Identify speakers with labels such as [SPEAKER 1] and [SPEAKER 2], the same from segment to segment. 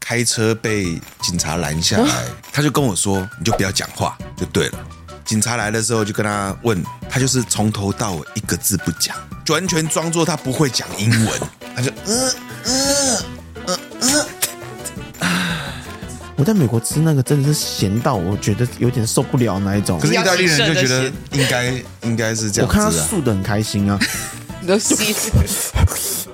[SPEAKER 1] 开车被警察拦下 来，他就跟我说：“你就不要讲话，就对了。”警察来的时候就跟他问，他就是从头到尾一个字不讲，就完全装作他不会讲英文， 他就嗯嗯嗯嗯，
[SPEAKER 2] 我在美国吃那个真的是咸到我觉得有点受不了那一种
[SPEAKER 1] 可。是
[SPEAKER 3] 比较
[SPEAKER 1] 意大利人就觉得
[SPEAKER 3] 谨
[SPEAKER 1] 应该应该是这
[SPEAKER 2] 我
[SPEAKER 1] 样
[SPEAKER 2] 看他
[SPEAKER 1] 子啊。
[SPEAKER 2] 素的很开心啊，
[SPEAKER 3] 你都吸 死。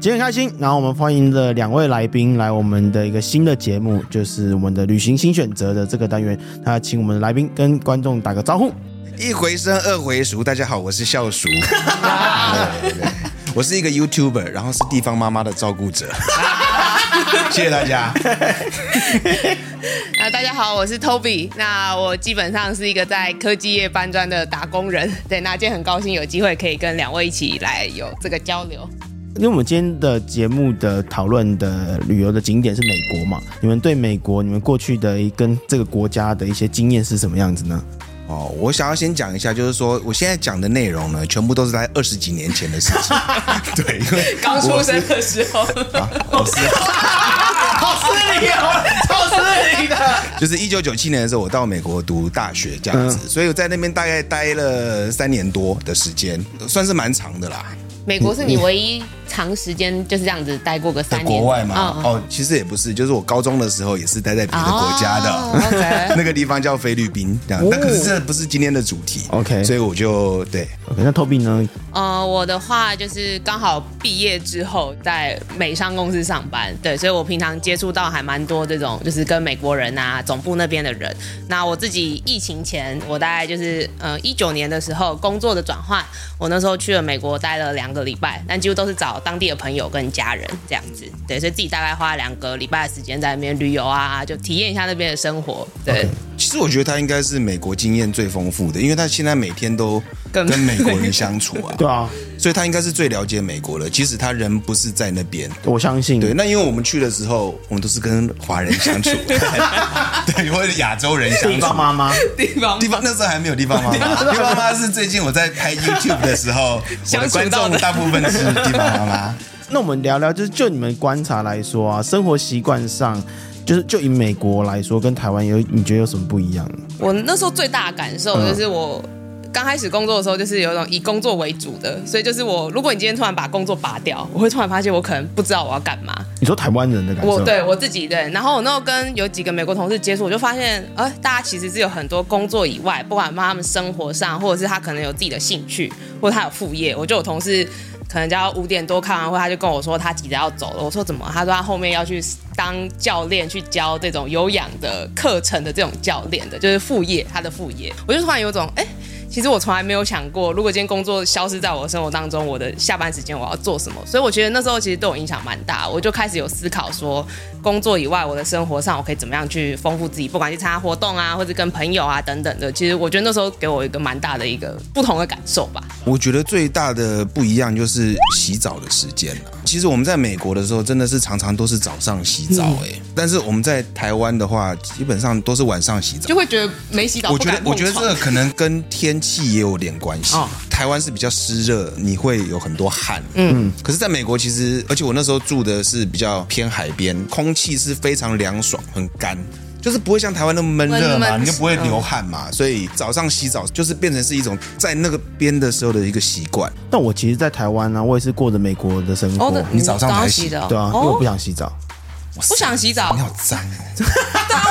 [SPEAKER 2] 今天很开心。然后我们欢迎了两位来宾来我们的一个新的节目，就是我们的旅行新选择的这个单元。那请我们的来宾跟观众打个招呼。
[SPEAKER 1] 一回生，二回熟。大家好，我是笑 熟，对对对我是一个 YouTuber，然后是地方妈妈的照顾者。 谢谢大家。
[SPEAKER 3] 啊那大家好，我是 Toby。那我基本上是一个在科技业搬砖的打工人。对，那今天很高兴有机会可以跟两位一起来有这个交流。
[SPEAKER 2] 因为我们今天的节目的讨论的旅游的景点是美国嘛，你们对美国，你们过去的一跟这个国家的一些经验是什么样子呢？
[SPEAKER 1] 哦，我想要先讲一下，就是说我现在讲的内容呢，全部都是在二十几年前的事 情。对，因为
[SPEAKER 3] 刚出
[SPEAKER 1] 我
[SPEAKER 3] 生
[SPEAKER 1] 是
[SPEAKER 3] 的时候，
[SPEAKER 1] 我是
[SPEAKER 2] 好失礼哦，超失礼的。
[SPEAKER 1] 就是一九九七年的时候，我到美国读大学这样子，
[SPEAKER 3] 嗯
[SPEAKER 1] 所以我在那边大概待了三年多的时间，算是蛮长的啦。
[SPEAKER 3] 美国是你唯一长时间就是这样子待过个
[SPEAKER 1] 在
[SPEAKER 3] 三年
[SPEAKER 1] 国外嘛，
[SPEAKER 3] 嗯嗯
[SPEAKER 1] 哦，其实也不是，就是我高中的时候也是待在别的国家的。
[SPEAKER 3] 哦 OK 哦
[SPEAKER 1] 那个地方叫菲律宾，这样，但可是这不是今天的主题
[SPEAKER 2] OK
[SPEAKER 1] 所以我就对
[SPEAKER 2] OK，那 Toby 呢？
[SPEAKER 3] 呃，我的话就是刚好毕业之后在美商公司上班，对，所以我平常接触到还蛮多这种，就是跟美国人啊、总部那边的人。那我自己疫情前，我大概就是呃一九年的时候工作的转换，我那时候去了美国待了两个礼拜，但几乎都是找当地的朋友跟家人这样子，对，所以自己大概花两个礼拜的时间在那边旅游啊，就体验一下那边的生活，对。
[SPEAKER 1] 其实我觉得他应该是美国经验最丰富的，因为他现在每天都
[SPEAKER 3] 跟
[SPEAKER 1] 跟美国人相处 啊，
[SPEAKER 2] 对啊，
[SPEAKER 1] 所以他应该是最了解美国了。即使他人不是在那边，
[SPEAKER 2] 我相信。
[SPEAKER 1] 对，那因为我们去的时候，我们都是跟华人相 处，对，或者亚洲人相
[SPEAKER 2] 地方
[SPEAKER 1] 处。
[SPEAKER 2] 妈妈，
[SPEAKER 3] 地方
[SPEAKER 1] 地方那时候还没有地方妈妈，地方妈妈是最近我在拍 YouTube 的时 候，我的
[SPEAKER 3] 相处
[SPEAKER 1] 观
[SPEAKER 3] 到的
[SPEAKER 1] 众大部分是地方妈妈。
[SPEAKER 2] 那我们聊聊，就是就你们观察来说啊，生活习惯上，就是就以美国来说，跟台湾有你觉得有什么不一样？
[SPEAKER 3] 我那时候最大的感受就是我。刚开始工作的时候，就是有一种以工作为主的，所以就是我，如果你今天突然把工作拔掉，我会突然发现我可能不知道我要干嘛。
[SPEAKER 2] 你说台湾人的感受？
[SPEAKER 3] 我对我自己对，然后我那时候跟有几个美国同事接触，我就发现，呃，大家其实是有很多工作以外，不管他们生活上，或者是他可能有自己的兴趣，或者他有副业。我就有同事可能要五点多开完会，他就跟我说他急着要走了。我说怎么？他说他后面要去当教练，去教这种有氧的课程的这种教练的，就是副业，他的副业。我就突然有种哎。诶其实我从来没有想过，如果今天工作消失在我的生活当中，我的下班时间我要做什么？所以我觉得那时候其实对我影响蛮大，我就开始有思考说，工作以外，我的生活上我可以怎么样去丰富自己，不管去参加活动啊，或者跟朋友啊等等的。其实我觉得那时候给我一个蛮大的一个不同的感受吧。
[SPEAKER 1] 我觉得最大的不一样就是洗澡的时间了。其实我们在美国的时候，真的是常常都是早上洗澡、
[SPEAKER 3] 嗯
[SPEAKER 1] 哎、但是我们在台湾的话，基本上都是晚上洗澡。
[SPEAKER 3] 就会觉得没洗澡，
[SPEAKER 1] 我觉得
[SPEAKER 3] 不，敢
[SPEAKER 1] 我
[SPEAKER 3] 碰
[SPEAKER 1] 觉得这
[SPEAKER 3] 床
[SPEAKER 1] 个可能跟天气也有点关系。
[SPEAKER 3] 哦
[SPEAKER 1] 台湾是比较湿热，你会有很多汗。嗯，可是在美国，其实而且我那时候住的是比较偏海边，空气是非常凉爽，很干。就是不会像台湾那么闷热
[SPEAKER 3] 闷
[SPEAKER 1] 嘛，
[SPEAKER 3] 闷嗯
[SPEAKER 1] 你就不会流汗嘛，所以早上洗澡就是变成是一种在那个边的时候的一个习惯。
[SPEAKER 2] 但我其实，在台湾呢、啊我也是过着美国的生活。
[SPEAKER 3] 哦，那
[SPEAKER 1] 你早上才洗
[SPEAKER 3] 洗的哦，
[SPEAKER 2] 对啊，因为我
[SPEAKER 3] 哦
[SPEAKER 2] 不，想洗澡，
[SPEAKER 3] 不想洗澡
[SPEAKER 1] 你，好脏哦！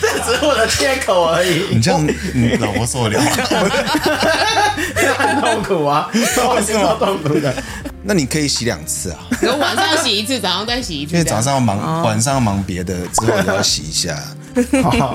[SPEAKER 2] 只是我的借口而 已，
[SPEAKER 1] 你这
[SPEAKER 3] 哦
[SPEAKER 1] 样，你老婆受得了 吗？
[SPEAKER 2] 很痛苦啊，我是超痛苦的。
[SPEAKER 1] 那你可以洗两次啊，
[SPEAKER 3] 然后晚上洗一次，哦早上再洗一次，哦
[SPEAKER 1] 因为
[SPEAKER 3] 这样
[SPEAKER 1] 早上要忙，晚上要忙别的，之后也要洗一下。
[SPEAKER 2] 好，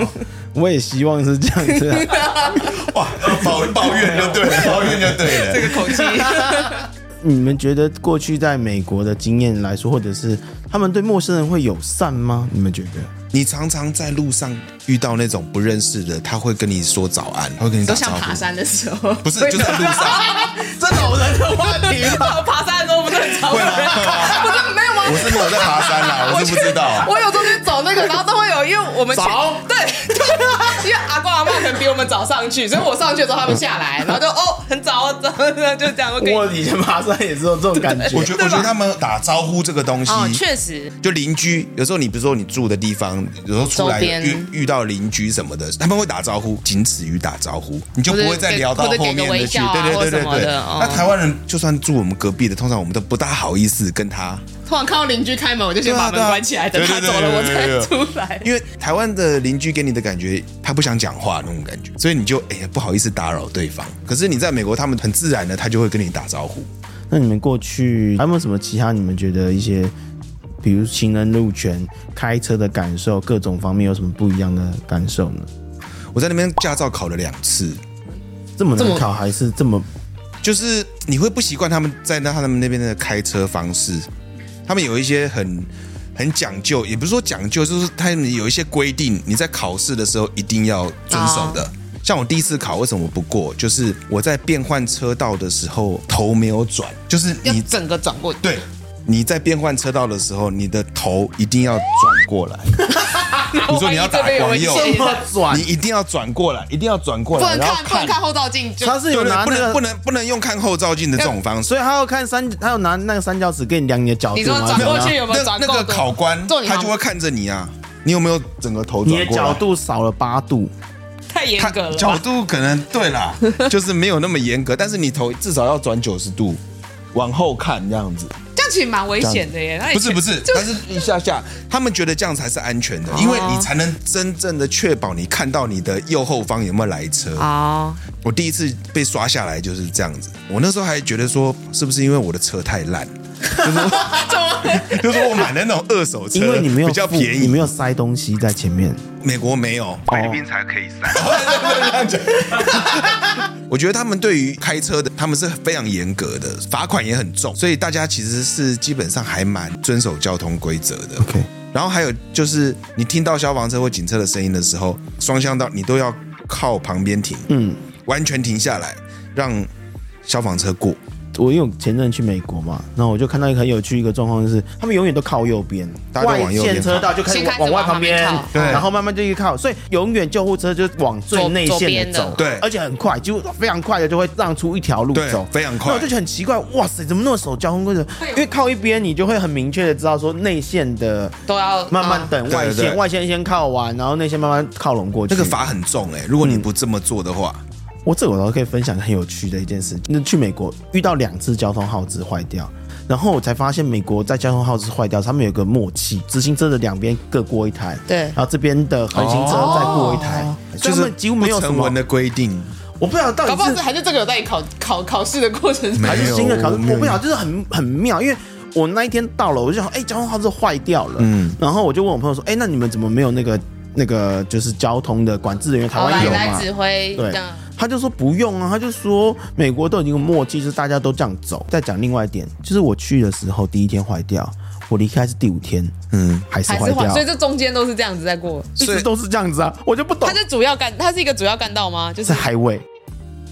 [SPEAKER 2] 我也希望是这样子、啊。
[SPEAKER 1] 哇，抱抱怨就对了， 抱怨就对了。
[SPEAKER 3] 这个口气。
[SPEAKER 2] 嗯你们觉得过去在美国的经验来说，或者是他们对陌生人会友善吗？你们觉得？
[SPEAKER 1] 你常常在路上遇到那种不认识的，他会跟你说早安，他会跟你打
[SPEAKER 3] 都
[SPEAKER 1] 招
[SPEAKER 3] 像爬
[SPEAKER 1] 呼。
[SPEAKER 3] 山的时候，
[SPEAKER 1] 不是，就在路 上。
[SPEAKER 2] 这老人的话题
[SPEAKER 3] 我爬山的时候不是很常有
[SPEAKER 1] 会
[SPEAKER 3] 人
[SPEAKER 1] 吗？会吗？
[SPEAKER 3] 不是没有吗？啊
[SPEAKER 1] 我是没有在爬山 啦，我是不知道。
[SPEAKER 3] 啊我有时候去走那个，然后都会有，因为我们去
[SPEAKER 2] 走
[SPEAKER 3] 对，因为阿公阿妈能比我们早上去，所以我上去的时候他们下来， 然后就哦很早啊，就这样会
[SPEAKER 2] 我以前爬山也是有这种感觉
[SPEAKER 1] 我。觉得我觉得他们打招呼这个东西，
[SPEAKER 3] 哦，确实
[SPEAKER 1] 就邻居，有时候你比如说你住的地方，有时候出来
[SPEAKER 3] 周边
[SPEAKER 1] 遇遇到邻居什么的，他们会打招呼，仅此于打招呼，你就不
[SPEAKER 3] 或
[SPEAKER 1] 会
[SPEAKER 3] 者
[SPEAKER 1] 再
[SPEAKER 3] 给
[SPEAKER 1] 聊到
[SPEAKER 3] 或者
[SPEAKER 1] 后
[SPEAKER 3] 给
[SPEAKER 1] 面
[SPEAKER 3] 个
[SPEAKER 1] 的
[SPEAKER 3] 微
[SPEAKER 1] 去。
[SPEAKER 3] 笑啊
[SPEAKER 1] 对对对
[SPEAKER 3] 或
[SPEAKER 1] 对
[SPEAKER 3] 什么
[SPEAKER 1] 对。
[SPEAKER 3] 的哦
[SPEAKER 1] 那台湾人就算住我们隔壁的，通常我们都不大好意思跟他，
[SPEAKER 3] 突然看到邻居开门，我就先
[SPEAKER 1] 对啊
[SPEAKER 3] 把
[SPEAKER 1] 对
[SPEAKER 3] 门
[SPEAKER 1] 啊
[SPEAKER 3] 关起来，等他
[SPEAKER 1] 对
[SPEAKER 3] 走
[SPEAKER 1] 对啊
[SPEAKER 3] 了我
[SPEAKER 1] 对对对
[SPEAKER 3] 再出来。
[SPEAKER 1] 因为台湾的邻居给你的感觉，他不想讲话那种感觉，所以你就哎、不好意思打扰对方。可是你在美国，他们很自然的，他就会跟你打招呼。
[SPEAKER 2] 那你们过去还有没有什么其他你们觉得一些，比如行人路权、开车的感受，各种方面有什么不一样的感受呢？
[SPEAKER 1] 我在那边驾照考了两次，
[SPEAKER 2] 这么
[SPEAKER 3] 这
[SPEAKER 2] 难
[SPEAKER 3] 么
[SPEAKER 2] 考还是这么
[SPEAKER 1] 就是你会不习惯他们在那他们那边的开车方式，他们有一些很很讲究，也不是说讲究，就是他们有一些规定，你在考试的时候一定要遵守的。像我第一次考，为什么不过？就是我在变换车道的时候头没有转，就是
[SPEAKER 3] 要
[SPEAKER 1] 你
[SPEAKER 3] 整个转过 去，
[SPEAKER 1] 对。你在变换车道的时候，你的头一定要转过 来，你说你要打
[SPEAKER 3] 万一这边有危
[SPEAKER 1] 广右
[SPEAKER 3] 险
[SPEAKER 1] 这
[SPEAKER 2] 么转
[SPEAKER 1] 你？一定要转过来，一定要转过
[SPEAKER 3] 不
[SPEAKER 1] 来，
[SPEAKER 3] 能
[SPEAKER 1] 然后
[SPEAKER 3] 看，不能看后照镜，就
[SPEAKER 2] 他是有
[SPEAKER 1] 对对
[SPEAKER 2] 拿
[SPEAKER 1] 不
[SPEAKER 2] 那
[SPEAKER 1] 能
[SPEAKER 2] 个
[SPEAKER 1] 不，能不能用看后照镜的这种方式。
[SPEAKER 2] 所以他要看三，他要拿那个三角尺给你量你的角度
[SPEAKER 3] 你说
[SPEAKER 2] 吗？
[SPEAKER 3] 转过去
[SPEAKER 2] 没有啊
[SPEAKER 3] 有没
[SPEAKER 1] 那
[SPEAKER 3] 有转
[SPEAKER 1] 那
[SPEAKER 3] 够
[SPEAKER 1] 个
[SPEAKER 3] 多
[SPEAKER 1] 考官
[SPEAKER 3] 坐你
[SPEAKER 1] 他
[SPEAKER 3] 旁
[SPEAKER 1] 就会看着你啊，你有没有整个头
[SPEAKER 2] 你
[SPEAKER 1] 转
[SPEAKER 2] 的
[SPEAKER 1] 过来
[SPEAKER 2] 角度少了八度，
[SPEAKER 3] 太严
[SPEAKER 1] 看
[SPEAKER 3] 格了
[SPEAKER 1] 角
[SPEAKER 3] 吧。
[SPEAKER 1] 度可能对啦，就是没有那么严格，但是你头至少要转九十度往后看这样子。
[SPEAKER 3] 这样其实蛮危险的耶。那以
[SPEAKER 1] 不
[SPEAKER 3] 前
[SPEAKER 1] 是不是，但是一下下，他们觉得这样才是安全
[SPEAKER 2] 哦
[SPEAKER 1] 的，因为你才能真正的确保你看到你的右后方有没有来车。
[SPEAKER 2] 啊
[SPEAKER 3] 哦，
[SPEAKER 1] 我第一次被刷下来就是这样子，我那时候还觉得说是不是因为我的车太烂，
[SPEAKER 3] 怎么会？
[SPEAKER 1] 就是我买的那种二手车，
[SPEAKER 2] 因为你没有
[SPEAKER 1] 比较
[SPEAKER 2] 付
[SPEAKER 1] 便
[SPEAKER 2] 你
[SPEAKER 1] 宜，
[SPEAKER 2] 没有塞东西在前面。
[SPEAKER 1] 美国没有，
[SPEAKER 2] 菲律宾
[SPEAKER 1] 才可以塞。 我觉得他们对于开车的，他们是非常严格的，罚款也很重，所以大家其实是基本上还蛮遵守交通规则的。
[SPEAKER 2] OK，
[SPEAKER 1] 然后还有就是，你听到消防车或警车的声音的时候，双向道你都要靠旁边停，
[SPEAKER 2] 嗯，
[SPEAKER 1] 完全停下来，让消防车过。
[SPEAKER 2] 我因为我前阵去美国嘛，然后我就看到一个很有趣一个状况，就是他们永远都靠右边，
[SPEAKER 1] 大家都往右边
[SPEAKER 2] 外线车道就开始
[SPEAKER 3] 先开始
[SPEAKER 2] 往外
[SPEAKER 3] 往
[SPEAKER 2] 旁
[SPEAKER 3] 旁边
[SPEAKER 2] 边
[SPEAKER 3] 靠，
[SPEAKER 1] 对
[SPEAKER 2] 然后慢慢就一直靠，所以永远救护车就往最
[SPEAKER 3] 左
[SPEAKER 2] 内
[SPEAKER 3] 左
[SPEAKER 2] 线
[SPEAKER 3] 边
[SPEAKER 2] 的
[SPEAKER 3] 的
[SPEAKER 2] 走，
[SPEAKER 1] 对
[SPEAKER 2] 而且很快，几乎非常快的就会让出一条路
[SPEAKER 1] 对
[SPEAKER 2] 走，
[SPEAKER 1] 非常快
[SPEAKER 2] 那我就觉得很奇怪，哇塞，怎么那么守交通规则？因为靠一边，你就会很明确的知道说内线的
[SPEAKER 3] 都要啊
[SPEAKER 2] 慢慢等
[SPEAKER 1] 对
[SPEAKER 2] 外
[SPEAKER 1] 对
[SPEAKER 2] 线，外线先靠完，然后内线慢慢靠拢过去。
[SPEAKER 1] 那个罚很重哎、如果你不这么做的话，
[SPEAKER 2] 我这个我倒可以分享很有趣的一件事，那去美国遇到两次交通号志坏掉，然后我才发现美国在交通号志坏掉，他们有个默契，直行车的两边各过一台，
[SPEAKER 3] 对哦
[SPEAKER 2] 然后这边的横行车再过一台，所以他
[SPEAKER 1] 就是
[SPEAKER 2] 们几乎没有
[SPEAKER 1] 不
[SPEAKER 2] 什
[SPEAKER 1] 成
[SPEAKER 2] 么
[SPEAKER 1] 文的，规定。
[SPEAKER 2] 我不知道到
[SPEAKER 3] 搞不好
[SPEAKER 2] 底
[SPEAKER 3] 是
[SPEAKER 2] 是
[SPEAKER 3] 还是这个有在你考考考试的过程
[SPEAKER 1] 没
[SPEAKER 3] 中，
[SPEAKER 2] 还是新的考试，
[SPEAKER 1] 没有
[SPEAKER 2] 我不晓得，就是很很妙，因为。我那一天到了，我就想，哎、交通号志坏掉了，嗯
[SPEAKER 1] 嗯，
[SPEAKER 2] 然后我就问我朋友说，哎、那你们怎么没有那个那个就是交通的管制人员？台湾
[SPEAKER 3] 来
[SPEAKER 2] 有
[SPEAKER 3] 来
[SPEAKER 2] 嘛？
[SPEAKER 3] 指挥这
[SPEAKER 2] 对
[SPEAKER 3] 样。，
[SPEAKER 2] 他就说不用啊，他就说美国都已经有默契，就是大家都这样走。再讲另外一点，就是我去的时候第一天坏掉，我离开是第五 天，
[SPEAKER 1] 嗯，
[SPEAKER 2] 还是
[SPEAKER 3] 还
[SPEAKER 2] 坏
[SPEAKER 3] 是换，
[SPEAKER 2] 掉
[SPEAKER 3] 所以，这中间都是这样子在过。
[SPEAKER 2] 一直都是这样子啊，我就不懂
[SPEAKER 3] 它。是主要干，它是一个主要干道吗？就
[SPEAKER 2] 是
[SPEAKER 3] 是
[SPEAKER 2] 海位，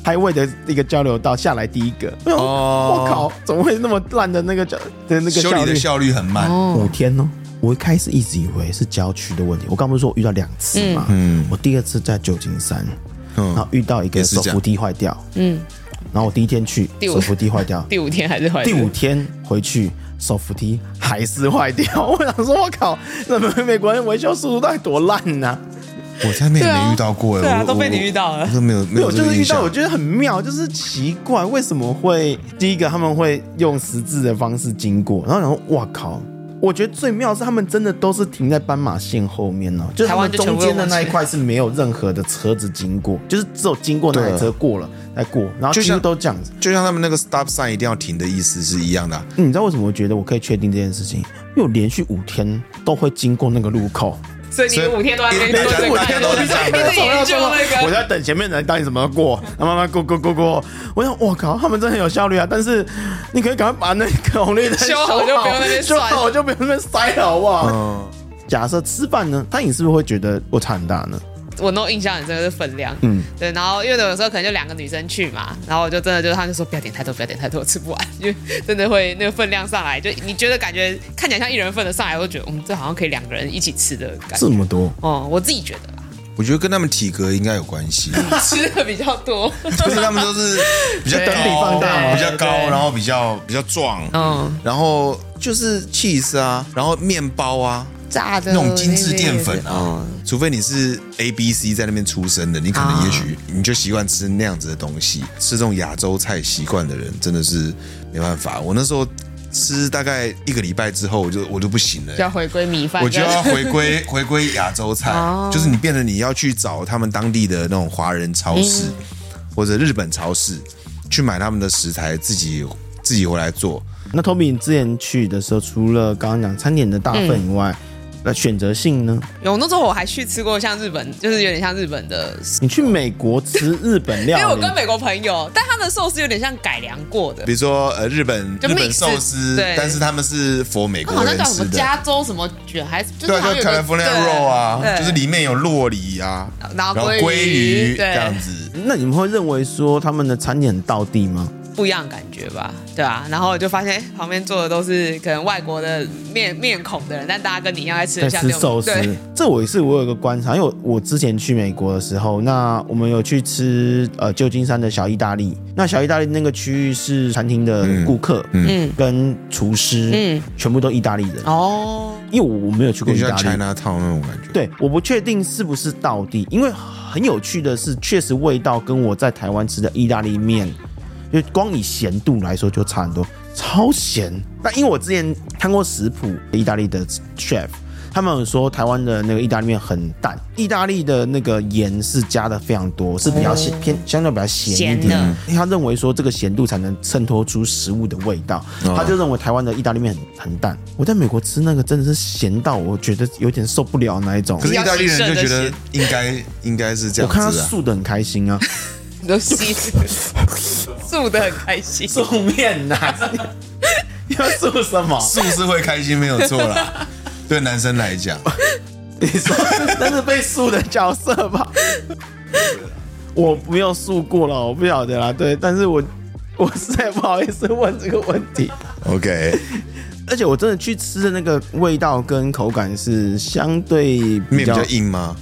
[SPEAKER 2] 海位的一个交流道下来第一个，我想说
[SPEAKER 1] 哦
[SPEAKER 2] 我靠，怎么会那么烂的那个交的那个
[SPEAKER 1] 修理的
[SPEAKER 2] 效率？
[SPEAKER 1] 效率很慢。
[SPEAKER 3] 嗯
[SPEAKER 2] 五天哦。我一开始一直以为是郊区的问题，我刚不是说我遇到两次嘛？嗯，我第二次在旧金山，然后
[SPEAKER 1] 嗯，
[SPEAKER 2] 遇到一个
[SPEAKER 1] 也是
[SPEAKER 2] 手
[SPEAKER 1] 这样
[SPEAKER 2] 扶梯坏掉，
[SPEAKER 3] 嗯，
[SPEAKER 2] 然后我第一天去
[SPEAKER 3] 第五
[SPEAKER 2] 手扶梯坏 掉，
[SPEAKER 3] 第五天还是坏？
[SPEAKER 2] 第五天回去，手扶梯还是坏掉。我想说，我靠，那美美国人维修速度到底多烂啊呢、
[SPEAKER 1] 我在那边
[SPEAKER 3] 对啊
[SPEAKER 1] 也没遇到过哎、
[SPEAKER 3] 对啊
[SPEAKER 1] 我
[SPEAKER 3] 都被
[SPEAKER 1] 我
[SPEAKER 3] 你遇到了
[SPEAKER 1] 我都没有没
[SPEAKER 2] 没
[SPEAKER 1] 有
[SPEAKER 2] 有，
[SPEAKER 1] 这个
[SPEAKER 2] 就是
[SPEAKER 1] 印
[SPEAKER 2] 遇到
[SPEAKER 1] 象
[SPEAKER 2] 我觉得很妙，就是奇怪，为什么会第一个他们会用十字的方式经过，然后然后哇靠。我觉得最妙的是他们真的都是停在斑马线后面哦，就是他们中间的那一块是没有任何的车子经过，就是只有经过那台车过了再过，然后
[SPEAKER 1] 就
[SPEAKER 2] 几
[SPEAKER 1] 像
[SPEAKER 2] 乎都这样子。嗯
[SPEAKER 1] 就像他们那个 stop sign 一定要停的意思是一样的啊、
[SPEAKER 2] 你知道为什么我觉得我可以确定这件事情？因为我连续五天都会经过那个路口，
[SPEAKER 3] 所以你们五天都在那边
[SPEAKER 1] 所以
[SPEAKER 3] 做
[SPEAKER 1] 我
[SPEAKER 3] 这个
[SPEAKER 1] 五天
[SPEAKER 3] 干
[SPEAKER 1] 都
[SPEAKER 3] 道，
[SPEAKER 1] 在那 边
[SPEAKER 3] 一直研究那
[SPEAKER 2] 我
[SPEAKER 3] 个。
[SPEAKER 2] 在等前面的人，到底怎么过，然后慢慢过过过过。我想，我靠，他们真的很有效率啊！但是你可以赶快把那个红绿灯
[SPEAKER 3] 修
[SPEAKER 2] 好，
[SPEAKER 3] 好就不用那边
[SPEAKER 2] 修
[SPEAKER 3] 算
[SPEAKER 2] 好就不用那边塞了，好不好？
[SPEAKER 1] 嗯，
[SPEAKER 2] 假设吃饭呢，但你是不是会觉得落差很大呢？
[SPEAKER 3] 我那种印象很深的是分量，
[SPEAKER 2] 嗯
[SPEAKER 3] 嗯，对，然后因为有时候可能就两个女生去嘛，然后我就真的就是他就说不要点太多，不要点太多，我吃不完，因为真的会那个分量上来，就你觉得感觉嗯看起来像一人份的上来，我就觉得我们这好像可以两个人一起吃的感觉
[SPEAKER 2] 这。么多，
[SPEAKER 3] 哦，我自己觉得啦，
[SPEAKER 1] 我觉得跟他们体格应该有关 系，
[SPEAKER 3] 吃的比较多。
[SPEAKER 1] 就是他们都是比较
[SPEAKER 2] 等比
[SPEAKER 1] 高
[SPEAKER 2] 放大嘛
[SPEAKER 1] 比较高，
[SPEAKER 2] 对
[SPEAKER 1] 然后比较比较壮，
[SPEAKER 3] 嗯，
[SPEAKER 1] 然后就是气 h 啊，然后面包啊，
[SPEAKER 3] 炸的
[SPEAKER 1] 那种精致淀粉啊
[SPEAKER 3] 嗯，
[SPEAKER 1] 除非你是 A B C 在那边出生的，你可能
[SPEAKER 3] 啊
[SPEAKER 1] 也许你就习惯吃那样子的东西，吃这种亚洲菜习惯的人真的是没办法。我那时候吃大概一个礼拜之后，我就我就不行了、
[SPEAKER 3] 就要回归米饭。
[SPEAKER 1] 我就要回归 回归亚洲菜，
[SPEAKER 3] 哦
[SPEAKER 1] 就是你变得你要去找他们当地的那种华人超市、
[SPEAKER 3] 嗯
[SPEAKER 1] 或者日本超市去买他们的食材，自己自己回来做。
[SPEAKER 2] 那 Toby，你之前去的时候，除了刚刚讲餐点的大
[SPEAKER 3] 嗯
[SPEAKER 2] 份以外，那、选择性呢？
[SPEAKER 3] 有那时候我还去吃过像日本，就是有点像日 本的，
[SPEAKER 2] 你去美国吃日本料
[SPEAKER 3] 因
[SPEAKER 2] 理，
[SPEAKER 3] 为我跟美国朋友，但他的寿司有点像改良过的
[SPEAKER 1] 比，如说呃日本
[SPEAKER 3] 就
[SPEAKER 1] 日本
[SPEAKER 3] mix，
[SPEAKER 1] 寿司
[SPEAKER 3] 对，
[SPEAKER 1] 但是他们是佛美
[SPEAKER 4] 它好
[SPEAKER 1] 国
[SPEAKER 4] 像
[SPEAKER 1] 人
[SPEAKER 4] 叫
[SPEAKER 1] 吃
[SPEAKER 4] 什么
[SPEAKER 1] 的。
[SPEAKER 4] 加州什么卷，还是就
[SPEAKER 1] 对
[SPEAKER 4] 是
[SPEAKER 1] 啊，
[SPEAKER 4] 好
[SPEAKER 1] 就
[SPEAKER 4] 像有个
[SPEAKER 1] California
[SPEAKER 3] 对
[SPEAKER 1] roll 啊，
[SPEAKER 3] 对
[SPEAKER 1] 就是里面有洛梨啊，
[SPEAKER 3] 然后
[SPEAKER 1] 然后
[SPEAKER 3] 鲑
[SPEAKER 1] 鲑
[SPEAKER 3] 鱼
[SPEAKER 1] 鱼这
[SPEAKER 3] 对
[SPEAKER 1] 样子。
[SPEAKER 2] 那你们会认为说他们的餐点到地吗？
[SPEAKER 3] 不一样的感觉吧，对啊。然后我就发现哎旁边坐的都是可能外国的面面孔的人，但大家跟你一样在吃
[SPEAKER 2] 在
[SPEAKER 3] 得像
[SPEAKER 2] 吃
[SPEAKER 3] 这种
[SPEAKER 2] 寿司
[SPEAKER 3] 对，
[SPEAKER 2] 这我也是我有个观察，因为我我之前去美国的时候，那我们有去吃呃旧金山的小意大利，那小意大利那个区域是餐厅的顾客，嗯
[SPEAKER 3] 嗯，
[SPEAKER 2] 跟厨师，嗯
[SPEAKER 3] 嗯，
[SPEAKER 2] 全部都意大利人，
[SPEAKER 3] 哦，
[SPEAKER 2] 因为我我没有去过
[SPEAKER 1] 就
[SPEAKER 2] 意
[SPEAKER 1] 像
[SPEAKER 2] 大利，
[SPEAKER 1] China Town 那种感觉，
[SPEAKER 2] 对，我不确定是不是道地，因为很有趣的是，确实味道跟我在台湾吃的意大利面，就光以咸度来说就差很多，超咸。那因为我之前看过食谱，意大利的 chef。他们有说台湾的那个意大利面很淡，意大利的那个盐是加的非常多，是比较咸、偏相对比较咸一
[SPEAKER 3] 嗯咸
[SPEAKER 2] 点
[SPEAKER 3] 的。
[SPEAKER 2] 因为他认为说这个咸度才能衬托出食物的味道，他就认为台湾的意大利面很很淡。我在美国吃那个真的是咸到我觉得有点受不了那一种。
[SPEAKER 1] 可是意大利人就觉得
[SPEAKER 3] 比较谨慎的
[SPEAKER 1] 应该应该是这
[SPEAKER 2] 我
[SPEAKER 1] 样
[SPEAKER 2] 看他
[SPEAKER 1] 子啊。
[SPEAKER 2] 素的很开心啊，
[SPEAKER 3] 你都吸 素的很开 心。
[SPEAKER 2] 素面呐、 要素什么？
[SPEAKER 1] 素是会开心没有错 啦，对男生来讲，
[SPEAKER 2] 你说那是被素的角色吧？ 我没有素过了，我不晓得啦。对，但是我我实在不好意思问这个问题。
[SPEAKER 1] OK，
[SPEAKER 2] 而且我真的去吃的那个味道跟口感是相对
[SPEAKER 1] 面
[SPEAKER 2] 比
[SPEAKER 1] 比
[SPEAKER 2] 较
[SPEAKER 1] 较，硬吗？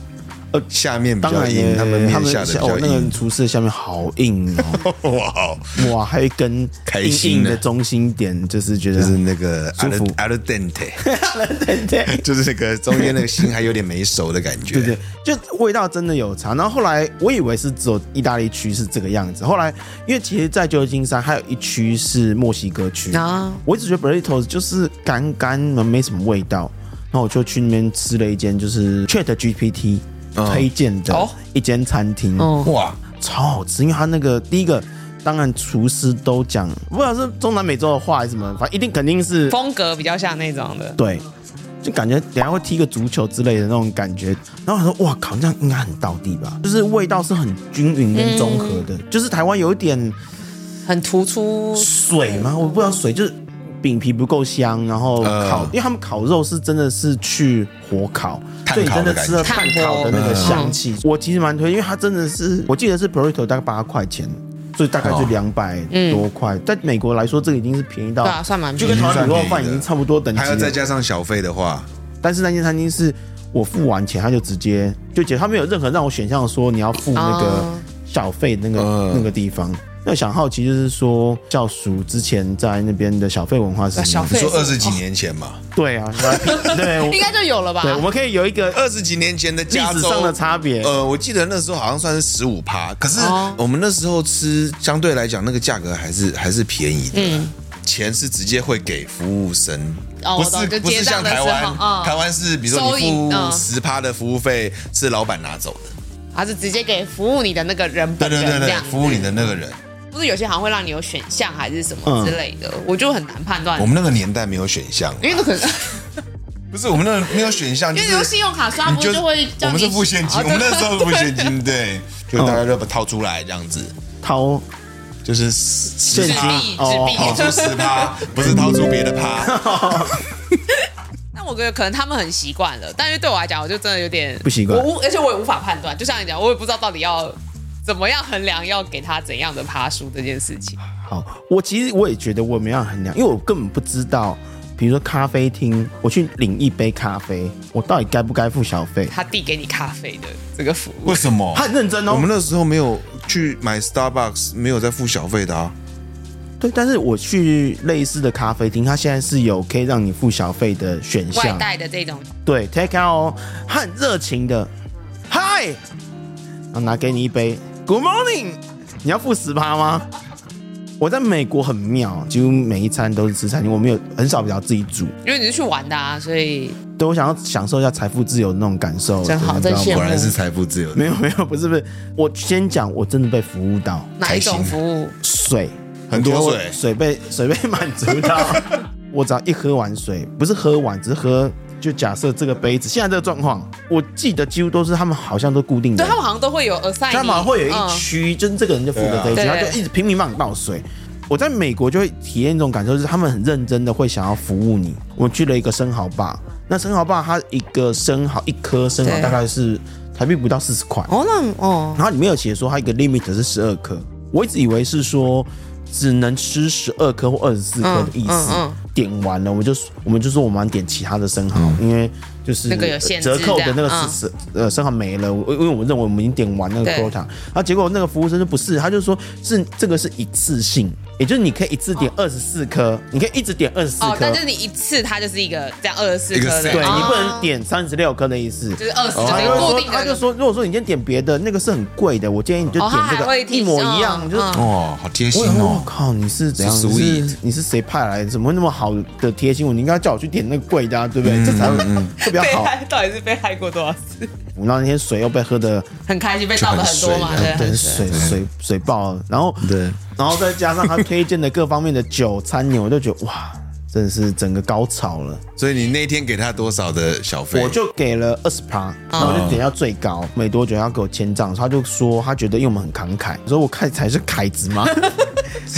[SPEAKER 2] 呃
[SPEAKER 1] 下面比
[SPEAKER 2] 当
[SPEAKER 1] 较
[SPEAKER 2] 然
[SPEAKER 1] 硬，
[SPEAKER 2] 也
[SPEAKER 1] 他
[SPEAKER 2] 他
[SPEAKER 1] 们面下的比
[SPEAKER 2] 下
[SPEAKER 1] 较
[SPEAKER 2] 哦，那个
[SPEAKER 1] 硬。
[SPEAKER 2] 厨师的下面好硬哦，
[SPEAKER 1] 哇，
[SPEAKER 2] 哇，还有一根
[SPEAKER 1] 开
[SPEAKER 2] 硬
[SPEAKER 1] 心
[SPEAKER 2] 硬
[SPEAKER 1] 呢
[SPEAKER 2] 的中心点，就是觉得
[SPEAKER 1] 就是那个
[SPEAKER 2] 舒
[SPEAKER 1] al
[SPEAKER 2] 服
[SPEAKER 1] al dente，
[SPEAKER 2] 对对。
[SPEAKER 1] 就是那个中间那个心还有点没熟的感觉。
[SPEAKER 2] 对对，就味道真的有差。然后后来我以为是只有意大利区是这个样子，后来因为其实，在旧金山还有一区是墨西哥区
[SPEAKER 3] 啊
[SPEAKER 2] 我一直觉得 burritos 就是干干的，没什么味道。然后我就去那边吃了一间就是 Chat GPT 推荐的
[SPEAKER 3] 哦
[SPEAKER 2] 一间餐厅，
[SPEAKER 3] 哦
[SPEAKER 1] 哇，
[SPEAKER 2] 超好吃，因为它那个第一个。当然，厨师都讲，不管是中南美洲的话还是什么，反正一定肯定是
[SPEAKER 3] 风格比较像那种的，
[SPEAKER 2] 对，就感觉等一下会踢个足球之类的那种感觉。然后我说，哇靠，这样应该很到地吧？就是味道是很均匀跟综合的，就是台湾有一点
[SPEAKER 3] 很突出。
[SPEAKER 2] 水吗？我不知道水就是。饼皮不够香，然后
[SPEAKER 1] 呃
[SPEAKER 2] 烤，因为他们烤肉是真的是去火烤，
[SPEAKER 1] 炭
[SPEAKER 2] 所以你
[SPEAKER 1] 烤
[SPEAKER 2] 真
[SPEAKER 1] 的
[SPEAKER 2] 的
[SPEAKER 1] 感
[SPEAKER 2] 吃了
[SPEAKER 1] 觉
[SPEAKER 2] 炭烤的那
[SPEAKER 1] 炭火
[SPEAKER 2] 个
[SPEAKER 3] 嗯
[SPEAKER 2] 香气。我其实蛮推，因为它真的是，我记得是 burrito 大概八块钱，所以大概就
[SPEAKER 1] 哦
[SPEAKER 2] 两百多块，在美国来说，这个已经是便宜到
[SPEAKER 3] 嗯对啊，算蛮
[SPEAKER 2] 就跟台湾卤肉饭
[SPEAKER 1] 便宜
[SPEAKER 2] 已
[SPEAKER 1] 的
[SPEAKER 2] 经差不多等级了。
[SPEAKER 1] 还要再加上小费的话，
[SPEAKER 2] 但是那间餐厅是我付完钱，他就直接就结，他没有任何让我选项说你要付那个
[SPEAKER 3] 哦
[SPEAKER 2] 小费那个、
[SPEAKER 1] 嗯
[SPEAKER 2] 那个地方。那想好奇就是说，教叔之前在那边的小费文化是什么
[SPEAKER 3] 小费
[SPEAKER 1] 你说
[SPEAKER 3] 对
[SPEAKER 1] 二十几年前嘛，
[SPEAKER 2] 对啊，来对
[SPEAKER 4] 应该就有了吧？
[SPEAKER 2] 对，我们可以有一个
[SPEAKER 1] 二十几年前的
[SPEAKER 2] 历
[SPEAKER 1] 加
[SPEAKER 2] 史
[SPEAKER 1] 州
[SPEAKER 2] 上的差别。
[SPEAKER 1] 呃，我记得那时候好像算是十五趴，可是
[SPEAKER 3] 哦
[SPEAKER 1] 我们那时候吃相对来讲那个价格还是还是便宜的。钱是直接会给服务生，
[SPEAKER 4] 嗯哦
[SPEAKER 1] 不
[SPEAKER 4] 我懂
[SPEAKER 1] 是
[SPEAKER 4] 就
[SPEAKER 1] 不是
[SPEAKER 4] 结账
[SPEAKER 1] 像
[SPEAKER 4] 的
[SPEAKER 1] 台
[SPEAKER 4] 时
[SPEAKER 1] 湾
[SPEAKER 4] 候，嗯
[SPEAKER 1] 台湾是比如说
[SPEAKER 4] 收
[SPEAKER 1] 你
[SPEAKER 4] 银
[SPEAKER 1] 付
[SPEAKER 4] 嗯
[SPEAKER 1] 十趴的服务费是老板拿走的，
[SPEAKER 4] 还是直接给服务你的那个人本
[SPEAKER 1] 对对对
[SPEAKER 4] 人这
[SPEAKER 1] 对
[SPEAKER 4] 样，，
[SPEAKER 1] 服务你的那个人，
[SPEAKER 3] 不是有些好像会让你有选项还是什
[SPEAKER 1] 嗯
[SPEAKER 3] 么之类的，我就很难判断
[SPEAKER 4] 嗯
[SPEAKER 1] 我。们那个年代没有选项，
[SPEAKER 4] 因为那可 能
[SPEAKER 1] 不是我们那个没有选项，就
[SPEAKER 4] 嗯因为用
[SPEAKER 1] 是
[SPEAKER 4] 信用卡刷
[SPEAKER 1] 你
[SPEAKER 4] 不是
[SPEAKER 1] 就
[SPEAKER 4] 就会
[SPEAKER 1] 我
[SPEAKER 4] 叫
[SPEAKER 1] 们是
[SPEAKER 4] 你
[SPEAKER 1] 付现金，
[SPEAKER 4] 哦
[SPEAKER 3] 啊
[SPEAKER 1] 我们那 时候付现金， 对，就大家
[SPEAKER 2] 嗯
[SPEAKER 1] 就把掏出来这样子，
[SPEAKER 2] 掏
[SPEAKER 1] 就是现
[SPEAKER 2] 现
[SPEAKER 3] 纸
[SPEAKER 2] 金
[SPEAKER 3] 币，
[SPEAKER 2] 哦
[SPEAKER 1] 掏
[SPEAKER 3] 纸
[SPEAKER 1] 出
[SPEAKER 3] 币。
[SPEAKER 1] 十 趴，不是掏出别的趴。
[SPEAKER 3] 但我觉得可能他们很习惯了，但是对我来讲，我就真的有点
[SPEAKER 2] 不习惯
[SPEAKER 3] 我无，而且我也无法判断。就像你讲，我也不知道到底要怎么样衡量，要给他怎样的爬书这件事情。
[SPEAKER 2] 好，我其实我也觉得我没有衡量，因为我根本不知道。比如说咖啡厅，我去领一杯咖啡，我到底该不该付小费？
[SPEAKER 3] 他递给你咖啡的这个服务
[SPEAKER 5] 为，什么
[SPEAKER 2] 他？很认真哦。
[SPEAKER 1] 我们那时候没有去买 Starbucks，没有在付小费的啊。
[SPEAKER 2] 对，但是我去类似的咖啡厅，它现在是有可以让你付小费的选
[SPEAKER 3] 外
[SPEAKER 2] 项。
[SPEAKER 3] 带的这种，
[SPEAKER 2] 对，take out，哦他很热情的，嗨，然后拿给你一杯，Good morning，你要付十趴吗？我在美国很妙，几乎每一餐都是吃餐厅，我没有很少比较自己煮。
[SPEAKER 3] 因为你是去玩的啊，所以
[SPEAKER 2] 对我想要享受一下财富自由的那种感受，
[SPEAKER 4] 真好
[SPEAKER 2] 你知道吗
[SPEAKER 4] 真羡慕
[SPEAKER 1] 果然是财富自由的
[SPEAKER 2] 没有没有，不是不是，我先讲，我真的被服务到
[SPEAKER 3] 哪一种
[SPEAKER 1] 开心
[SPEAKER 3] 服务？
[SPEAKER 2] 水，
[SPEAKER 1] 很多
[SPEAKER 2] 我觉得
[SPEAKER 1] 水
[SPEAKER 2] 我水被 水被满足 到。我只要一喝完水，不是喝完，只是喝，就假设这个杯子，现在这个状况，我记得几乎都是他们好像都固定的
[SPEAKER 3] 对他，们好像都会有 assign，
[SPEAKER 2] 他们好像
[SPEAKER 3] 你
[SPEAKER 2] 会有一
[SPEAKER 3] 嗯
[SPEAKER 2] 区，就是这个人就负责这一区，
[SPEAKER 3] 对啊
[SPEAKER 2] 他就一直拼命帮你倒水。我在美国就会体验一种感受，就是他们很认真的会想要服务你。我去了一个生蚝吧，那生蚝吧它一个生蚝一颗生蚝
[SPEAKER 3] 对
[SPEAKER 2] 大概是台币不到四十块，
[SPEAKER 3] 哦，那哦，
[SPEAKER 2] 然后里面有写说它一个 limit 是十二颗，我一直以为是说只能吃十二颗或二十四颗的意思。
[SPEAKER 3] 嗯嗯
[SPEAKER 2] 点完了，我们就我们就说我们要点其他的生蚝，因为就是
[SPEAKER 3] 嗯那个有限制
[SPEAKER 2] 折扣的那
[SPEAKER 3] 这
[SPEAKER 2] 个
[SPEAKER 3] 样嗯
[SPEAKER 2] 是是、呃生蚝没了，我因为我们认为我们已经点完那个
[SPEAKER 3] 对
[SPEAKER 2] quota，然后结果那个服务生就不是，他就说是这个是一次性，也就是你可以一次点二十四颗，你可以一直点二十四
[SPEAKER 3] 哦，
[SPEAKER 2] 颗
[SPEAKER 3] 但，是你一次它就是一个这样二十四
[SPEAKER 1] 一个
[SPEAKER 3] 颗的，
[SPEAKER 1] set
[SPEAKER 2] 对你
[SPEAKER 3] 哦
[SPEAKER 2] 不能点三十六颗的意思，
[SPEAKER 3] 就是二十
[SPEAKER 2] 哦他
[SPEAKER 3] 就是
[SPEAKER 2] 就会
[SPEAKER 3] 一个固
[SPEAKER 2] 说，
[SPEAKER 3] 定
[SPEAKER 2] 他就
[SPEAKER 3] 的。
[SPEAKER 2] 说，如果说你今天点别的，那个是很贵的，我建议你就
[SPEAKER 3] 哦，
[SPEAKER 2] 点
[SPEAKER 3] 他
[SPEAKER 2] 这
[SPEAKER 3] 还
[SPEAKER 2] 个
[SPEAKER 3] 会提
[SPEAKER 2] 一模一样，
[SPEAKER 3] 嗯
[SPEAKER 2] 就是。
[SPEAKER 3] 嗯
[SPEAKER 5] 哦，好贴心
[SPEAKER 2] 我想说我
[SPEAKER 5] 哦！
[SPEAKER 2] 靠，你是怎样？
[SPEAKER 1] 是
[SPEAKER 2] 你
[SPEAKER 1] sweet
[SPEAKER 2] 是你是谁派来的？怎么会那么好的贴心？我你应该叫我去点那个贵的，啊，对不对？这才会会比较
[SPEAKER 3] 被
[SPEAKER 2] 好。
[SPEAKER 3] 害到底是被害过多少次？
[SPEAKER 2] 我那天水又被喝的，
[SPEAKER 3] 很开心，被倒了很多嘛，
[SPEAKER 1] 就很水
[SPEAKER 3] 对
[SPEAKER 1] 啊
[SPEAKER 2] 对，水水水爆了。然后
[SPEAKER 1] 对，
[SPEAKER 2] 然后再加上他推荐的各方面的酒餐饮，我就觉得哇，真的是整个高潮了。
[SPEAKER 1] 所以你那天给他多少的小费？
[SPEAKER 2] 我就给了二十趴，然后我就点到最高，没多久他给我签账，他就说他觉得因为我们很慷慨，所以我看才是凯子吗？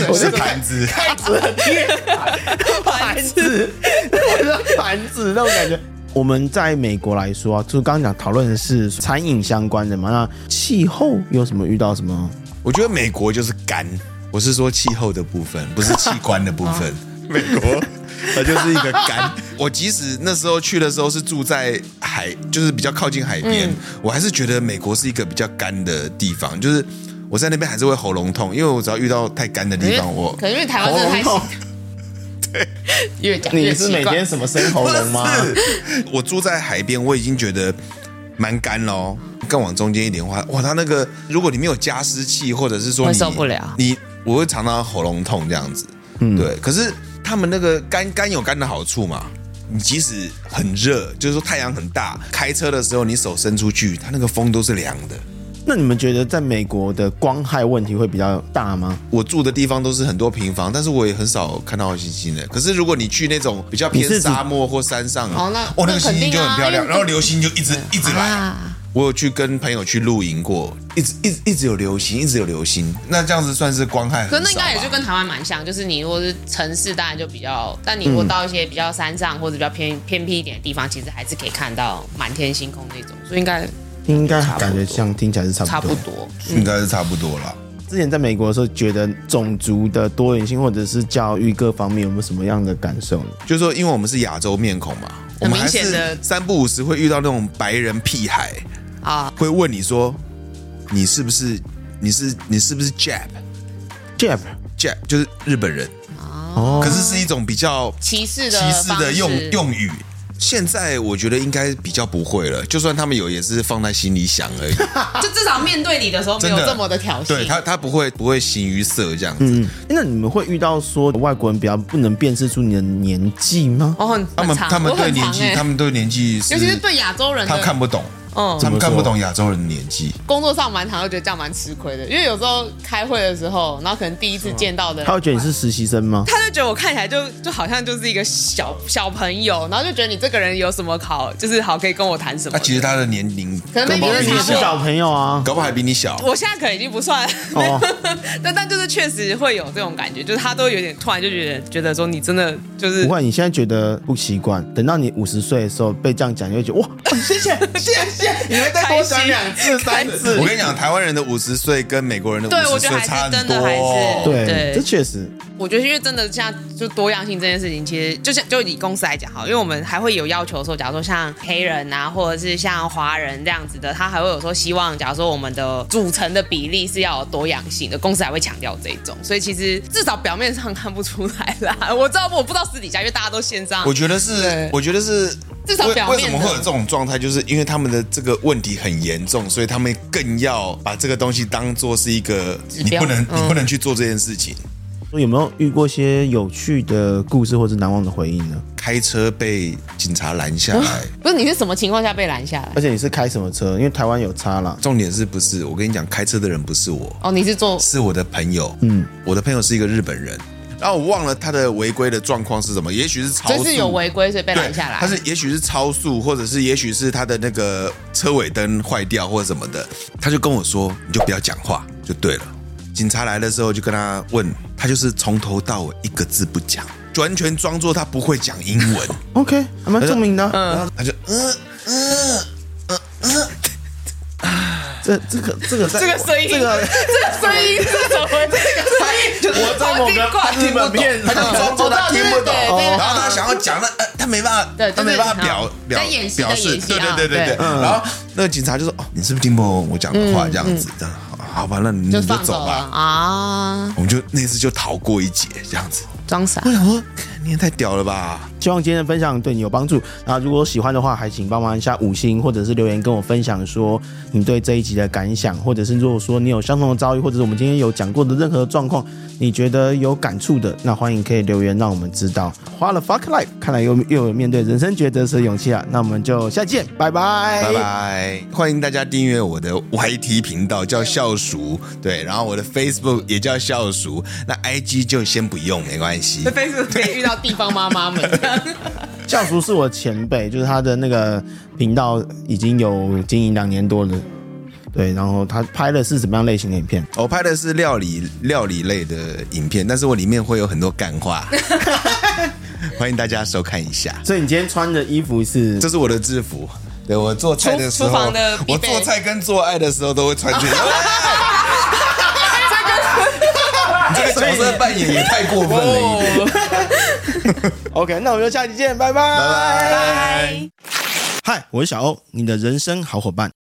[SPEAKER 2] 我
[SPEAKER 1] 是
[SPEAKER 2] 就凯
[SPEAKER 1] 盘子，
[SPEAKER 2] 子很厉害， 盘子，我是盘子那种感觉。我们在美国来说啊，就是刚刚讲讨论的是餐饮相关的嘛，那气候有什么遇到什么？
[SPEAKER 1] 我觉得美国就是干，我是说气候的部分，不是器官的部分。美国， 它就是一个干。我即使那时候去的时候是住在海，就是比较靠近海边，我还是觉得美国是一个比较干的地方，就是。我在那边还是会喉咙痛，因为我只要遇到太干的 地方，我
[SPEAKER 4] 可能因为台湾真的太
[SPEAKER 2] 喉咙 痛
[SPEAKER 4] 越讲
[SPEAKER 2] 你
[SPEAKER 4] 越
[SPEAKER 2] 是
[SPEAKER 4] 奇
[SPEAKER 2] 每
[SPEAKER 4] 怪
[SPEAKER 2] 天。什么生喉咙吗？
[SPEAKER 1] 我住在海边，我已经觉得蛮干喽。更往中间一点的话，哇，它那个如果你没有加湿器，或者是说
[SPEAKER 3] 会
[SPEAKER 1] 你
[SPEAKER 3] 受不了
[SPEAKER 1] 你我会尝到喉咙痛这样子。对。可是他们那个干干有干的好处嘛，你即使很热，就是说太阳很大，开车的时候你手伸出去，它那个风都是凉的。
[SPEAKER 2] 那你们觉得在美国的光害问题会比较大吗？
[SPEAKER 1] 我住的地方都是很多平房，但是我也很少看到星星的。可是如果你去那种比较
[SPEAKER 2] 你是
[SPEAKER 1] 偏
[SPEAKER 2] 指
[SPEAKER 1] 沙漠或山上，
[SPEAKER 4] 哦那
[SPEAKER 1] 哦那
[SPEAKER 4] 那
[SPEAKER 1] 个
[SPEAKER 4] 肯
[SPEAKER 1] 星星就
[SPEAKER 4] 定啊
[SPEAKER 1] 很漂亮，
[SPEAKER 4] 因为
[SPEAKER 1] 然后流星就一直一直来。
[SPEAKER 4] 啊，
[SPEAKER 1] 我有去跟朋友去露营过，一直一直一直有流星，一直有流星。那这样子算是光害很少
[SPEAKER 3] 可
[SPEAKER 1] 吧
[SPEAKER 3] 是那应该也就跟台湾蛮像，就是你如果是城市，当然就比较；但你如果到一些比较山上或者比较偏偏僻一点的地方，其实还是可以看到满天星空那种，所以应该
[SPEAKER 2] 应该感觉像听起来是差
[SPEAKER 3] 差
[SPEAKER 2] 不
[SPEAKER 3] 不
[SPEAKER 2] 多。
[SPEAKER 3] 多。
[SPEAKER 2] 嗯
[SPEAKER 1] 应该是差不多了。
[SPEAKER 2] 之前在美国的时候，觉得种族的多元性或者是教育各方面有没有什么样的感受呢？
[SPEAKER 1] 就是说，因为我们是亚洲面孔嘛，我
[SPEAKER 3] 很
[SPEAKER 1] 们
[SPEAKER 3] 明
[SPEAKER 1] 还
[SPEAKER 3] 显的
[SPEAKER 1] 是三不五时会遇到那种白人屁孩
[SPEAKER 3] 啊，
[SPEAKER 1] 会问你说，你是不是你是你是不是 Jap
[SPEAKER 2] Jab，
[SPEAKER 1] Jap 就是日本人，
[SPEAKER 2] 哦，
[SPEAKER 1] 可是是一种比较
[SPEAKER 3] 歧视的
[SPEAKER 1] 歧视
[SPEAKER 3] 哦方
[SPEAKER 1] 的
[SPEAKER 3] 式
[SPEAKER 1] 用用语。现在我觉得应该比较不会了，就算他们有，也是放在心里想而已。
[SPEAKER 3] 就至少面对你的时 候没
[SPEAKER 1] 真
[SPEAKER 3] 有
[SPEAKER 1] 的
[SPEAKER 3] 这
[SPEAKER 4] 这
[SPEAKER 3] 么
[SPEAKER 4] 么的挑
[SPEAKER 1] 对
[SPEAKER 4] 衅，
[SPEAKER 1] 他，他不会不会形于色这样子。
[SPEAKER 2] 嗯，那你们会遇到说外国人比较不能辨识出你的年纪吗？
[SPEAKER 3] 哦，很
[SPEAKER 1] 他们
[SPEAKER 3] 很长
[SPEAKER 1] 他们
[SPEAKER 3] 我很
[SPEAKER 1] 对年
[SPEAKER 3] 长
[SPEAKER 1] 纪，
[SPEAKER 3] 欸
[SPEAKER 1] 他们对年纪是，
[SPEAKER 4] 尤其是对亚洲人
[SPEAKER 1] 他们
[SPEAKER 4] 的
[SPEAKER 1] 看不懂，
[SPEAKER 3] 嗯
[SPEAKER 1] 他们看不懂亚洲人的年纪。
[SPEAKER 4] 工作上蛮常会觉得这样蛮吃亏的，因为有时候开会的时候，然后可能第一次见到的
[SPEAKER 2] 他，会觉得你是实习生吗？
[SPEAKER 3] 他就觉得我看起来就就好像就是一个小小朋友，然后就觉得你这个人有什么好，就是好可以跟我谈什么
[SPEAKER 1] 那
[SPEAKER 2] 啊
[SPEAKER 3] 的。
[SPEAKER 1] 啊其实他的年龄
[SPEAKER 4] 可能
[SPEAKER 1] 搞不好
[SPEAKER 4] 那
[SPEAKER 1] 比
[SPEAKER 4] 你也
[SPEAKER 1] 你
[SPEAKER 2] 你是
[SPEAKER 4] 差不多
[SPEAKER 1] 小，
[SPEAKER 2] 小朋友啊，
[SPEAKER 1] 搞不好还比你小。
[SPEAKER 3] 我现在可能已经不算，
[SPEAKER 2] 哦
[SPEAKER 3] 但但就是确实会有这种感觉，就是他都有点突然就觉得觉得说你真的就是
[SPEAKER 2] 不会，你现在觉得不习惯，等到你五十岁的时候被这样讲，你会觉得哇，谢谢，谢谢，你会再多想两次、三次
[SPEAKER 1] 我。跟你讲，台湾人的五十岁跟美国人的
[SPEAKER 3] 对
[SPEAKER 1] 五
[SPEAKER 3] 我
[SPEAKER 1] 十
[SPEAKER 3] 觉
[SPEAKER 1] 岁
[SPEAKER 3] 得还是
[SPEAKER 1] 差很
[SPEAKER 3] 真的
[SPEAKER 1] 多
[SPEAKER 3] 还是
[SPEAKER 1] 哦。
[SPEAKER 2] 对，
[SPEAKER 3] 对
[SPEAKER 2] 这确实，
[SPEAKER 3] 我觉得，因为真的像就多样性这件事情，其实就像就以公司来讲哈，因为我们还会有要求说，假如说像黑人啊，或者是像华人这样子的，他还会有说希望，假如说我们的组成的比例是要有多样性的，公司还会强调这一种。所以其实至少表面上看不出来啦，我知道我不知道私底下，因为大家都线 上
[SPEAKER 1] 我。觉得是
[SPEAKER 4] 对，
[SPEAKER 1] 我觉得是，
[SPEAKER 3] 至少
[SPEAKER 1] 为
[SPEAKER 3] 表
[SPEAKER 1] 为
[SPEAKER 3] 面
[SPEAKER 1] 什么
[SPEAKER 3] 的
[SPEAKER 1] 会有这种状态，就是因为他们的这个问题很严重，所以他们更要把这个东西当做是一个你
[SPEAKER 3] 标
[SPEAKER 1] 不能、你不能去做这件事情。
[SPEAKER 2] 有没有遇过一些有趣的故事或者难忘的回忆呢？
[SPEAKER 1] 开车被警察拦下来，
[SPEAKER 3] 嗯
[SPEAKER 4] 不是你是什么情况下被拦下来？
[SPEAKER 2] 而且你是开什么车？因为台湾有差啦。
[SPEAKER 1] 重点是不是？我跟你讲，开车的人不是我，
[SPEAKER 4] 哦，你是做
[SPEAKER 1] 是我的朋友。嗯，我的朋友是一个日本人，然后我忘了他的违规的状况是什么，也许是超速，
[SPEAKER 4] 就是有违规，所以被
[SPEAKER 1] 对，
[SPEAKER 4] 拦下来
[SPEAKER 3] 哦
[SPEAKER 1] 他。是也许是超速，或者是也许是他的那个车尾灯坏掉或者什么的，他就跟我说，你就不要讲话就对了。警察来的时候就跟他问，他就是从头到尾一个字不讲，就完全装作他不会讲英 文，
[SPEAKER 2] OK，还蛮聪明的啊。
[SPEAKER 1] 然后他就嗯嗯，
[SPEAKER 2] 这这个这个在
[SPEAKER 3] 这个声音
[SPEAKER 2] 这个
[SPEAKER 3] 声音是什么？这个声音，我
[SPEAKER 2] 在某个日本片
[SPEAKER 1] 嗯他就装作他听不懂，
[SPEAKER 4] 哦对对对
[SPEAKER 1] 然后他想要讲，那呃他没办法
[SPEAKER 4] 对，就
[SPEAKER 1] 他
[SPEAKER 4] 是
[SPEAKER 1] 没办法表表
[SPEAKER 4] 在演戏
[SPEAKER 1] 表
[SPEAKER 4] 在
[SPEAKER 1] 示，
[SPEAKER 4] 演戏
[SPEAKER 1] 对
[SPEAKER 4] 啊
[SPEAKER 1] 对对对对
[SPEAKER 4] 对。嗯
[SPEAKER 1] 然后那个警察就说：“哦，你是不是听不懂我讲的话？”这样子，这样好好吧，那你
[SPEAKER 4] 就
[SPEAKER 1] 你就
[SPEAKER 4] 放手
[SPEAKER 1] 走
[SPEAKER 4] 了
[SPEAKER 1] 吧。
[SPEAKER 4] 啊！
[SPEAKER 1] 我们就那次就逃过一劫，这样子。
[SPEAKER 4] 装 傻
[SPEAKER 1] 我想说，你也太屌了吧！
[SPEAKER 2] 希望今天的分享对你有帮助。那如果喜欢的话，还请帮忙一下五星，或者是留言跟我分享说你对这一集的感想，或者是如果说你有相同的遭遇，或者是我们今天有讲过的任何状况，你觉得有感触的，那欢迎可以留言让我们知道。花了 fuck life，看来又又有面对人生抉择时的勇气啊！那我们就下期见，拜拜，
[SPEAKER 1] 拜。拜，欢迎大家订阅我的 YT 频道，叫笑叔。对，然后我的 Facebook 也叫笑叔，那 IG 就先不用，没关系。
[SPEAKER 3] Facebook 可以遇到地方妈妈们，
[SPEAKER 2] 教叔是我前辈，就是他的那个频道已经有经营两年多了。对，然后他拍的是什么样类型的影片？
[SPEAKER 1] 我拍的是料理料理类的影片，但是我里面会有很多干话，欢迎大家收看一下。
[SPEAKER 2] 所以你今天穿的衣服是
[SPEAKER 1] 这是我的制服，对我做菜的时候，
[SPEAKER 3] 厨厨房的必
[SPEAKER 1] 我
[SPEAKER 3] 备
[SPEAKER 1] 做菜跟做爱的时候都会穿这个。 你这个角色扮演也太过分了一点。
[SPEAKER 3] 哦
[SPEAKER 2] OK，那我们就下期见，拜拜。
[SPEAKER 1] 拜拜。
[SPEAKER 2] 嗨，我是小欧，你的人生好伙伴。